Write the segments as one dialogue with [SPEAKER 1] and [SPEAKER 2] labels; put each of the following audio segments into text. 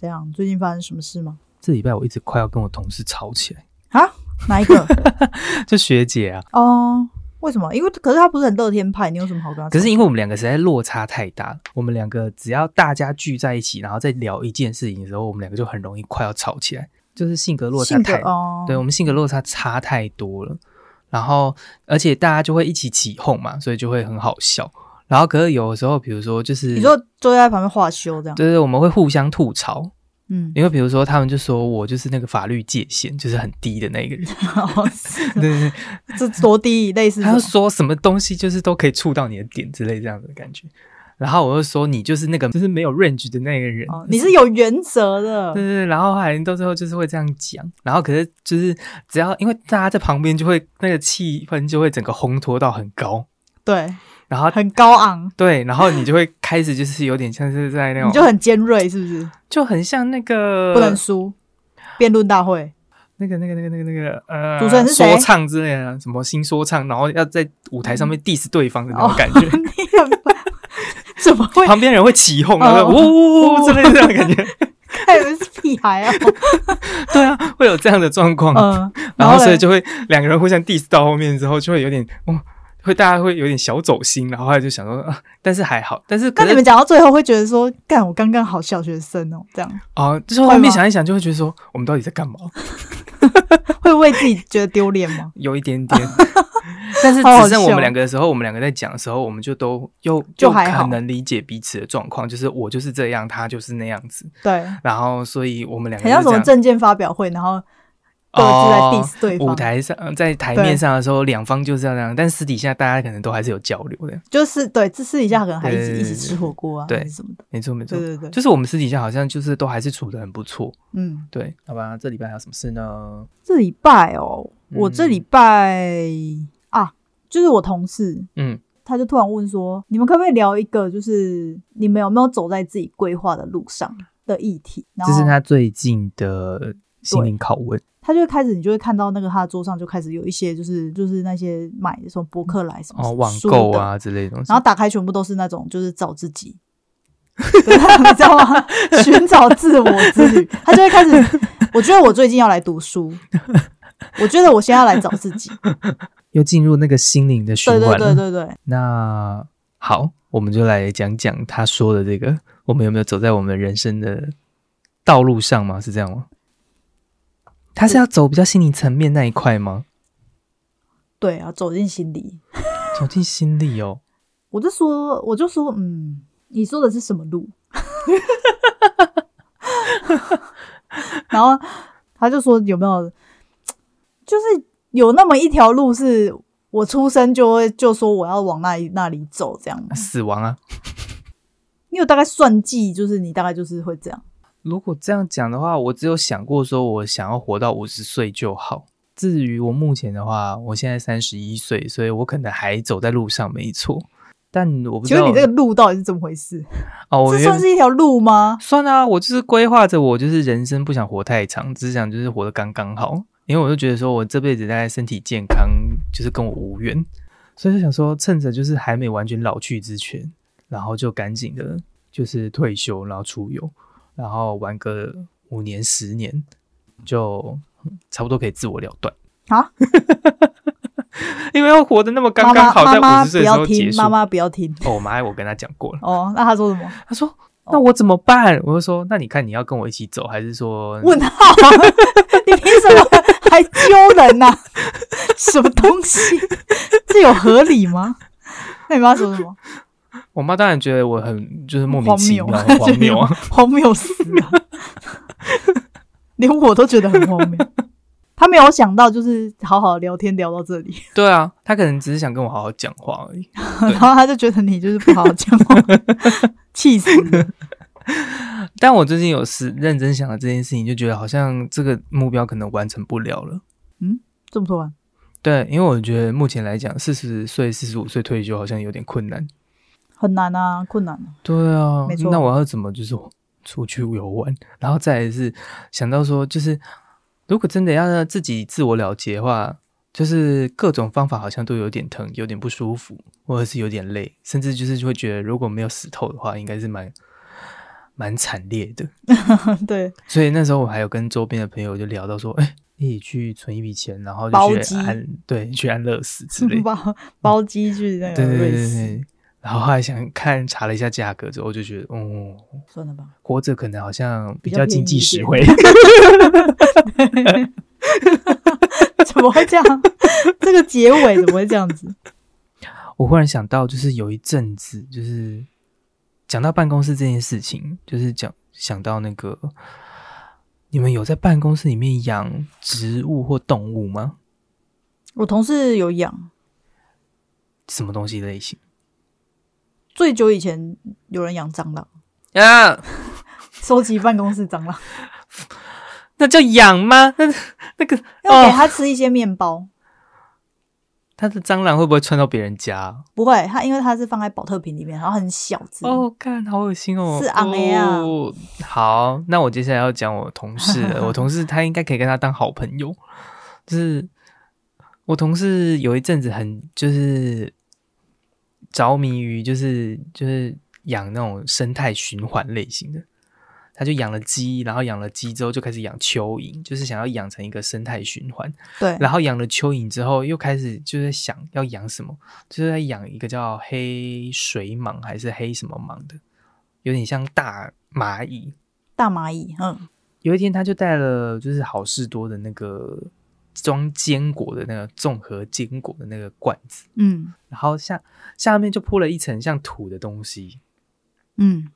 [SPEAKER 1] 这样，最近发生什么事吗？
[SPEAKER 2] 这礼拜我一直快要跟我同事吵起来，
[SPEAKER 1] 啊，哪一个？
[SPEAKER 2] 就学姐啊，
[SPEAKER 1] 哦，为什么？因为可是他不是很乐天派，你有什么好跟他？
[SPEAKER 2] 可是因为我们两个实在落差太大了，我们两个只要大家聚在一起，然后再聊一件事情的时候，我们两个就很容易快要吵起来，就是性格落差
[SPEAKER 1] 性格
[SPEAKER 2] 太，
[SPEAKER 1] 哦，
[SPEAKER 2] 对我们性格落差差太多了。然后，而且大家就会一起起哄嘛，所以就会很好笑。然后，可是有的时候，比如说就是，
[SPEAKER 1] 你说坐在旁边画休这样，
[SPEAKER 2] 对对，我们会互相吐槽，
[SPEAKER 1] 嗯，
[SPEAKER 2] 因为比如说他们就说我就是那个法律界限就是很低的那个人，
[SPEAKER 1] 哦是
[SPEAKER 2] 对 对对，
[SPEAKER 1] 这多低，类似这
[SPEAKER 2] 他就
[SPEAKER 1] 种
[SPEAKER 2] 说什么东西就是都可以触到你的点之类这样的感觉。然后我就说你就是那个就是没有 range 的那个人，
[SPEAKER 1] 哦，你是有原则
[SPEAKER 2] 对
[SPEAKER 1] 的，
[SPEAKER 2] 对对。然后后来到最后就是会这样讲，然后可是就是只要因为大家在旁边就会那个气氛就会整个烘托到很高，
[SPEAKER 1] 对，
[SPEAKER 2] 然后
[SPEAKER 1] 很高昂，
[SPEAKER 2] 对，然后你就会开始就是有点呃像是在那
[SPEAKER 1] 你
[SPEAKER 2] 种
[SPEAKER 1] 就很尖锐，是不是？
[SPEAKER 2] 就很像那个
[SPEAKER 1] 不能输，辩论大会，
[SPEAKER 2] 那个那个那个那个那个呃
[SPEAKER 1] 主持人是谁
[SPEAKER 2] 说唱之类的什么新说唱，然后要在舞台
[SPEAKER 1] 嗯
[SPEAKER 2] 上面 diss 对方的那
[SPEAKER 1] 哦
[SPEAKER 2] 种感觉。
[SPEAKER 1] 你很棒怎么会？
[SPEAKER 2] 旁边人会起哄，然后
[SPEAKER 1] 哦
[SPEAKER 2] 呜呜呜之类的这样的感觉，
[SPEAKER 1] 还以为是屁孩 啊！
[SPEAKER 2] 对啊，会有这样的状况，
[SPEAKER 1] 嗯，
[SPEAKER 2] 然
[SPEAKER 1] 后
[SPEAKER 2] 后所
[SPEAKER 1] 嘞
[SPEAKER 2] 以就会两个人互相 diss 到后面之后，就会有点，哦，会大家会有点小走心，然后后来就想说，啊、但是还好，但是可
[SPEAKER 1] 跟
[SPEAKER 2] 是
[SPEAKER 1] 你们讲到最后，会觉得说，干我刚刚好小学生哦，这样
[SPEAKER 2] 哦，就是后面想一想，就会觉得说，我们到底在干嘛？
[SPEAKER 1] 会为自己觉得丢脸吗？
[SPEAKER 2] 有一点点， 但是
[SPEAKER 1] 好好
[SPEAKER 2] 只剩我
[SPEAKER 1] 笑
[SPEAKER 2] 们两个的时候，我们两个在讲的时候，我们就都又
[SPEAKER 1] 就
[SPEAKER 2] 又
[SPEAKER 1] 还好
[SPEAKER 2] 很能理解彼此的状况，就是我就是这样，他就是那样子，
[SPEAKER 1] 对，
[SPEAKER 2] 然后所以我们两个
[SPEAKER 1] 很像
[SPEAKER 2] 就
[SPEAKER 1] 什
[SPEAKER 2] 这
[SPEAKER 1] 么
[SPEAKER 2] 样
[SPEAKER 1] 证件发表会，然后各自在
[SPEAKER 2] 哦
[SPEAKER 1] diss 对方，
[SPEAKER 2] 舞台上呃在台
[SPEAKER 1] 对
[SPEAKER 2] 面上的时候，两方就是要那样，但私底下大家可能都还是有交流的。
[SPEAKER 1] 就是对，这私底下可能还一
[SPEAKER 2] 对
[SPEAKER 1] 起
[SPEAKER 2] 对
[SPEAKER 1] 一
[SPEAKER 2] 对
[SPEAKER 1] 起吃火锅啊，
[SPEAKER 2] 对
[SPEAKER 1] 还是什么的，
[SPEAKER 2] 没错没错
[SPEAKER 1] 对，对对，
[SPEAKER 2] 就是我们私底下好像就是都还是处的很不错。
[SPEAKER 1] 嗯，
[SPEAKER 2] 对，好吧，这礼拜还有什么事呢？
[SPEAKER 1] 这礼拜哦，
[SPEAKER 2] 嗯
[SPEAKER 1] 我这礼拜啊，就是我同事。
[SPEAKER 2] 嗯，
[SPEAKER 1] 他就突然问说：“你们可不可以聊一个，就是你们有没有走在自己规划的路上的议题？”然
[SPEAKER 2] 这
[SPEAKER 1] 后
[SPEAKER 2] 是他最近的心灵拷问。
[SPEAKER 1] 他就会开始，你就会看到那个他的桌上就开始有一些，就是就是那些买什么博客来什么
[SPEAKER 2] 哦，网
[SPEAKER 1] 书的
[SPEAKER 2] 购，啊之类的东西
[SPEAKER 1] 然，后打开全部都是那种就是找自己，对你知道吗？寻找自我之旅，他就会开始。我觉得我最近要来读书，我觉得我先要来找自己。
[SPEAKER 2] 又进入那个心灵 的循
[SPEAKER 1] 对
[SPEAKER 2] 环
[SPEAKER 1] 对
[SPEAKER 2] 了。
[SPEAKER 1] 对对对，
[SPEAKER 2] 那好，我们就来讲讲他说的这个，我们有没有走在我们人生的道路上吗？是这样吗？他是要走比较心灵层面那一块吗？
[SPEAKER 1] 对啊，走进心里。
[SPEAKER 2] 走进心里哦。
[SPEAKER 1] 我就说，我就说，嗯，你说的是什么路？然后他就说有没有，就是有那么一条路是我出生就会就说我要往那里那里走这样吗？
[SPEAKER 2] 死亡啊！
[SPEAKER 1] 你有大概算计，就是你大概就是会这样。
[SPEAKER 2] 如果这样讲的话，我只有想过说我想要活到五十岁就好。至于我目前的话，我现在三十一岁，所以我可能还走在路上，没错。但我不知
[SPEAKER 1] 请
[SPEAKER 2] 道
[SPEAKER 1] 问你这个路到底是怎么回事？
[SPEAKER 2] 哦，我
[SPEAKER 1] 这
[SPEAKER 2] 觉
[SPEAKER 1] 算
[SPEAKER 2] 得
[SPEAKER 1] 是一条路吗？
[SPEAKER 2] 算啊，我就是规划着我就是人生不想活太长，只想就是活得刚刚好。因为我就觉得说我这辈子大概身体健康就是跟我无缘，所以就想说趁着就是还没完全老去之前，然后就赶紧的就是退休，然后出游，然后玩个五年十年，就嗯差不多可以自我了断
[SPEAKER 1] 啊。
[SPEAKER 2] 因为要活得那么刚
[SPEAKER 1] 妈
[SPEAKER 2] 刚
[SPEAKER 1] 妈
[SPEAKER 2] 好，在
[SPEAKER 1] 妈
[SPEAKER 2] 五
[SPEAKER 1] 妈
[SPEAKER 2] 十
[SPEAKER 1] 不
[SPEAKER 2] 岁的时
[SPEAKER 1] 要
[SPEAKER 2] 候结
[SPEAKER 1] 听，
[SPEAKER 2] 束。
[SPEAKER 1] 妈妈不要听。
[SPEAKER 2] 哦，我妈我跟她讲过了，
[SPEAKER 1] 哦，那他说什么？
[SPEAKER 2] 她说：“
[SPEAKER 1] 哦
[SPEAKER 2] 那我怎么办？”我就说：“那你看你要跟我一起走，还是说
[SPEAKER 1] 问号， 你凭什么还揪人呐、什么东西？这有合理吗？那你妈说什么？
[SPEAKER 2] 我妈当然觉得我很就是莫名
[SPEAKER 1] 荒
[SPEAKER 2] 其
[SPEAKER 1] 谬，
[SPEAKER 2] 妙，很荒谬啊！
[SPEAKER 1] 荒谬死了，连我都觉得很荒谬。他没有想到，就是好好聊天聊到这里，
[SPEAKER 2] 对啊，她可能只是想跟我好好讲话而已。
[SPEAKER 1] 然后他就觉得你就是不好好讲 话，气死了！
[SPEAKER 2] 但我最近有时认真想了这件事情，就觉得好像这个目标可能完成不了了。
[SPEAKER 1] 这么突然，
[SPEAKER 2] 对，因为我觉得目前来讲，四十岁、四十五岁退休好像有点困难。
[SPEAKER 1] 很难啊，困 难、啊。
[SPEAKER 2] 对啊
[SPEAKER 1] 没错，
[SPEAKER 2] 那我要怎么就是出去游玩？然后再来是想到说，就是如果真的要自己自我了结的话，就是各种方法好像都有点疼，有点不舒服，或者是有点累，甚至就是就会觉得如果没有死透的话，应该是蛮蛮惨烈的。
[SPEAKER 1] 对，
[SPEAKER 2] 所以那时候我还有跟周边的朋友就聊到说，哎、一起去存一笔钱，然后
[SPEAKER 1] 包
[SPEAKER 2] 就去
[SPEAKER 1] 机
[SPEAKER 2] 安对去安乐死之类 的。
[SPEAKER 1] 包包机去那个
[SPEAKER 2] 对对对
[SPEAKER 1] 瑞
[SPEAKER 2] 对
[SPEAKER 1] 士，
[SPEAKER 2] 对。然后后来想看查了一下价格之后，就觉得，哦，
[SPEAKER 1] 算了吧，
[SPEAKER 2] 活着可能好像比
[SPEAKER 1] 比较
[SPEAKER 2] 较
[SPEAKER 1] 便
[SPEAKER 2] 经
[SPEAKER 1] 宜
[SPEAKER 2] 济
[SPEAKER 1] 一
[SPEAKER 2] 实
[SPEAKER 1] 点
[SPEAKER 2] 惠。
[SPEAKER 1] 怎么会这样？ 这个结尾怎么会这样子？
[SPEAKER 2] 我忽然想到，就是有一阵子，就是讲到办公室这件事情，就是讲想到那个，你们有在办公室里面养植物或动物吗？
[SPEAKER 1] 我同事有养，
[SPEAKER 2] 什么东西类型
[SPEAKER 1] 最久以前有人养蟑螂，
[SPEAKER 2] 啊？
[SPEAKER 1] 收集办公室 蟑螂，
[SPEAKER 2] 那叫养吗？那那个
[SPEAKER 1] 要给它吃一些面包。
[SPEAKER 2] 它的蟑螂会不会窜到别人家啊？
[SPEAKER 1] 不会，它因为它是放在保特瓶里面，然后很小只。
[SPEAKER 2] 哦，看好恶心哦！
[SPEAKER 1] 是昂的啊
[SPEAKER 2] 哦好，那我接下来要讲我同事了。我同事他应该可以跟他当好朋友，就是我同事有一阵子很就是着迷于就是就是养那种生态循环类型的，他就养了鸡，然后养了鸡之后就开始养蚯蚓，就是想要养成一个生态循环。
[SPEAKER 1] 对，
[SPEAKER 2] 然后养了蚯蚓之后，又开始就在想要养什么，就是在养一个叫黑水蟒还是黑什么蟒的，有点像大蚂蚁。
[SPEAKER 1] 大蚂蚁，嗯，
[SPEAKER 2] 有一天，他就带了就是好事多的那个装坚果的那个综合坚果的那个罐子，
[SPEAKER 1] 嗯
[SPEAKER 2] 然后下下面就铺了一层像土的东西，
[SPEAKER 1] 嗯，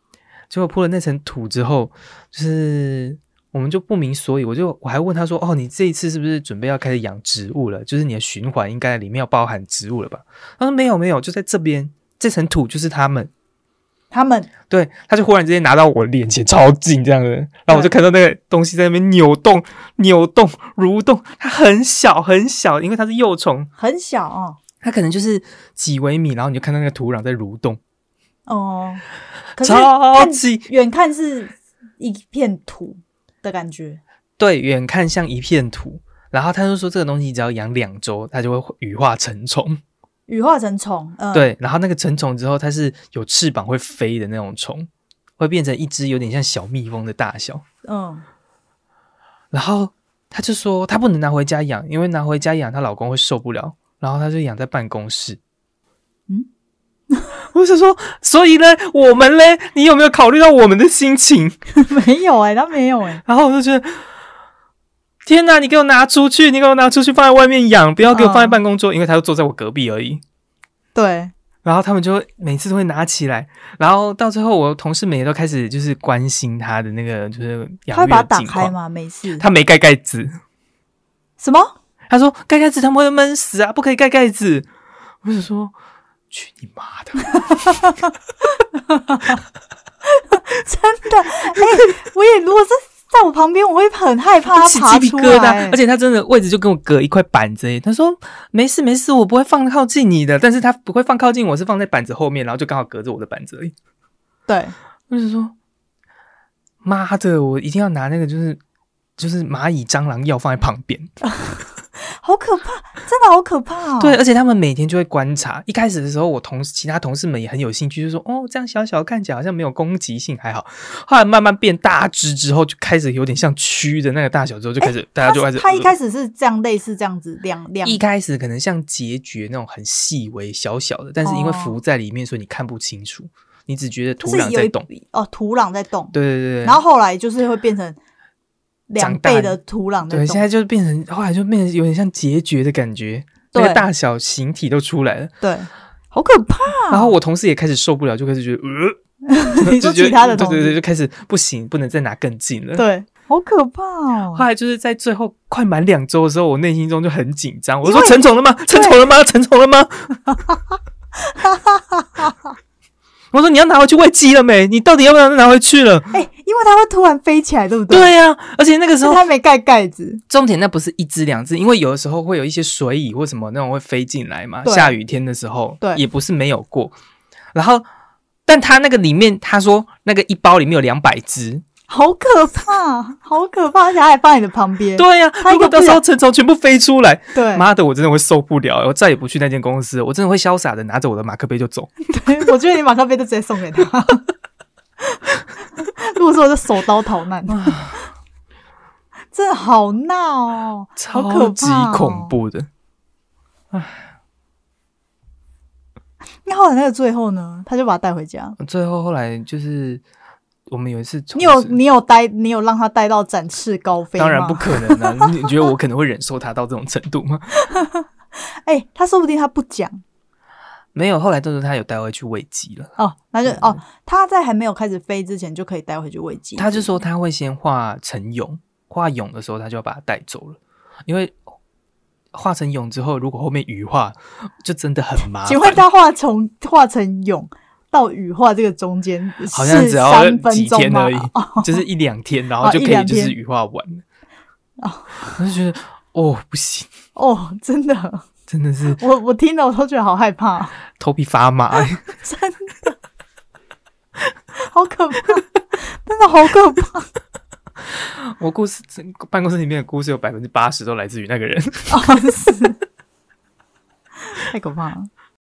[SPEAKER 2] 结果铺了那层土之后，就是我们就不明所以，我就我还问他说：“哦，你这一次是不是准备要开始养植物了？就是你的循环应该里面要包含植物了吧？”他说：“没有，没有，就在这边，这层土就是他们。
[SPEAKER 1] 他们”
[SPEAKER 2] 对，他就忽然之间拿到我脸前超近这样的，然后我就看到那个东西在那边扭动、扭动、蠕动，它很小很小，因为它是幼虫，
[SPEAKER 1] 很小哦，
[SPEAKER 2] 它可能就是几微米，然后你就看到那个土壤在蠕动，
[SPEAKER 1] 哦，可是
[SPEAKER 2] 超
[SPEAKER 1] 看
[SPEAKER 2] 级
[SPEAKER 1] 远看是一片土的感觉，
[SPEAKER 2] 对，远看像一片土。然后他就说，这个东西只要养两周，它就会羽化成虫。
[SPEAKER 1] 羽化成虫，嗯，，
[SPEAKER 2] 对，然后那个成虫之后，它是有翅膀会飞的那种虫，会变成一只有点像小蜜蜂的大小。
[SPEAKER 1] 嗯，
[SPEAKER 2] 然后他就说，他不能拿回家养，因为拿回家养她老公会受不了。然后他就养在办公室。
[SPEAKER 1] 嗯，
[SPEAKER 2] 我想说，所以呢，我们呢，你有没有考虑到我们的心情？
[SPEAKER 1] 没有哎、它没有哎、
[SPEAKER 2] 然后我就觉得，天哪！你给我拿出去，你给我拿出去放在外面养，不要给我放在
[SPEAKER 1] 嗯
[SPEAKER 2] 办公桌，因为他就坐在我隔壁而已。
[SPEAKER 1] 对，
[SPEAKER 2] 然后他们就会每次都会拿起来，然后到最后，我同事们也都开始就是关心他的那个就是
[SPEAKER 1] 它
[SPEAKER 2] 养
[SPEAKER 1] 会
[SPEAKER 2] 育
[SPEAKER 1] 把它
[SPEAKER 2] 的
[SPEAKER 1] 打
[SPEAKER 2] 情
[SPEAKER 1] 开
[SPEAKER 2] 况。
[SPEAKER 1] 吗？没事，
[SPEAKER 2] 他没盖盖子，
[SPEAKER 1] 什么？
[SPEAKER 2] 他说盖盖子他们会闷死啊，不可以盖盖子。我想说，去你妈的！
[SPEAKER 1] 真的？哎、我也如果是在我旁边，我会很害怕它
[SPEAKER 2] 起
[SPEAKER 1] 爬
[SPEAKER 2] 鸡皮
[SPEAKER 1] 出
[SPEAKER 2] 疙瘩
[SPEAKER 1] 来、，欸
[SPEAKER 2] 而且他真的位置就跟我隔一块板子耶。他说没事没事，我不会放靠近你的，但是他不会放靠近我，是放在板子后面，然后就刚好隔着我的板子而已。
[SPEAKER 1] 对，
[SPEAKER 2] 我就说，妈的，我一定要拿那个就是就是蚂蚁蟑螂药放在旁边。
[SPEAKER 1] 好可怕，真的好可怕、哦。
[SPEAKER 2] 对，，啊而且他们每天就会观察。一开始的时候，我同其他同事们也很有兴趣，就说哦，这样小小看起来好像没有攻击性，还好。后来慢慢变大只之后，就开始有点像蛆的那个大小，之后就开始、大家就开始
[SPEAKER 1] 哎他一
[SPEAKER 2] 呃
[SPEAKER 1] 开始是这样，类似这样子，两两
[SPEAKER 2] 一开始可能像结节那种很细微、小小的，但是因为
[SPEAKER 1] 哦
[SPEAKER 2] 浮在里面，所以你看不清楚，你只觉得
[SPEAKER 1] 就
[SPEAKER 2] 土
[SPEAKER 1] 是
[SPEAKER 2] 壤
[SPEAKER 1] 有
[SPEAKER 2] 在
[SPEAKER 1] 一
[SPEAKER 2] 动。
[SPEAKER 1] 哦，土壤在动，
[SPEAKER 2] 对对对对，
[SPEAKER 1] 然后后来就是会变成两倍的土壤在
[SPEAKER 2] 对，现
[SPEAKER 1] 动，
[SPEAKER 2] 在就变成后来就变成有点像结节的感觉，那
[SPEAKER 1] 对啊
[SPEAKER 2] 个大小形体都出来了。
[SPEAKER 1] 对，好可怕。
[SPEAKER 2] 然后我同事也开始受不了，就开始觉得呃，
[SPEAKER 1] 你
[SPEAKER 2] 就
[SPEAKER 1] 说
[SPEAKER 2] 觉得
[SPEAKER 1] 其他的
[SPEAKER 2] 对
[SPEAKER 1] 同
[SPEAKER 2] 对对，
[SPEAKER 1] 事，
[SPEAKER 2] 就开始不行，不能再拿更近了。
[SPEAKER 1] 对，好可怕
[SPEAKER 2] 后
[SPEAKER 1] 哦。
[SPEAKER 2] 来就是在最后快满两周的时候，我内心中就很紧张，我
[SPEAKER 1] 因
[SPEAKER 2] 说
[SPEAKER 1] 为
[SPEAKER 2] 成虫了吗？成虫了吗？成虫了吗？ 我说你要拿回去喂鸡了没？你到底要不要拿回去了？
[SPEAKER 1] 哎，因为它会突然飞起来，对不对？
[SPEAKER 2] 对呀、而且那个时
[SPEAKER 1] 是
[SPEAKER 2] 候
[SPEAKER 1] 它没盖盖子，
[SPEAKER 2] 重点那不是一只两只，因为有的时候会有一些水蚁或什么那种会飞进来嘛。
[SPEAKER 1] 对
[SPEAKER 2] 下雨天的时候，
[SPEAKER 1] 对
[SPEAKER 2] 也不是没有过。然后，但他那个里面，他说那个一包里面有两百只，
[SPEAKER 1] 好可怕， 好可怕，而且它还放在你的旁边。
[SPEAKER 2] 对呀、
[SPEAKER 1] 他一个
[SPEAKER 2] 如果到时
[SPEAKER 1] 不
[SPEAKER 2] 候
[SPEAKER 1] 小
[SPEAKER 2] 成虫全部飞出来，
[SPEAKER 1] 对，
[SPEAKER 2] 妈的，我真的会受不了，我再也不去那间公司了，我真的会潇洒的拿着我的马克杯就走。
[SPEAKER 1] 我觉得你马克杯就直接送给他。如果说我就手刀逃难，这好闹哦，好可
[SPEAKER 2] 超级
[SPEAKER 1] 怕、哦，
[SPEAKER 2] 恐。怖的。
[SPEAKER 1] 那后来那个最后呢，他就把他带回家。
[SPEAKER 2] 嗯最后后来就是我们有一次从此，
[SPEAKER 1] 你有你有带你有让他带到展翅高飞吗？
[SPEAKER 2] 当然不可能啊！ 你觉得我可能会忍受他到这种程度吗？
[SPEAKER 1] 哎、他说不定他不讲
[SPEAKER 2] 没有，后来就是他有带回去喂鸡了。
[SPEAKER 1] 哦，那就哦，他在还没有开始飞之前就可以带回去喂鸡。
[SPEAKER 2] 他就说他会先画成蛹，画蛹的时候他就要把它带走了，因为画成蛹之后，如果后面羽化，就真的很麻烦。
[SPEAKER 1] 请问他画从画成蛹到羽化这个中间
[SPEAKER 2] 好像
[SPEAKER 1] 是
[SPEAKER 2] 只要
[SPEAKER 1] 三分
[SPEAKER 2] 几
[SPEAKER 1] 钟
[SPEAKER 2] 天
[SPEAKER 1] 吗
[SPEAKER 2] 而已，就是一两天，然后
[SPEAKER 1] 哦
[SPEAKER 2] 就
[SPEAKER 1] 一
[SPEAKER 2] 可以
[SPEAKER 1] 两
[SPEAKER 2] 就是
[SPEAKER 1] 天
[SPEAKER 2] 羽化完了。
[SPEAKER 1] 哦
[SPEAKER 2] 我就觉得哦，不行，
[SPEAKER 1] 哦，真的，
[SPEAKER 2] 真的是
[SPEAKER 1] 我我听了我都觉得好害怕，
[SPEAKER 2] 头皮发麻。
[SPEAKER 1] 真的，好可怕，真的好可怕。
[SPEAKER 2] 我故事办公室里面的故事有百分之八十都来自于那个人。
[SPEAKER 1] 啊哦，是，太可怕了。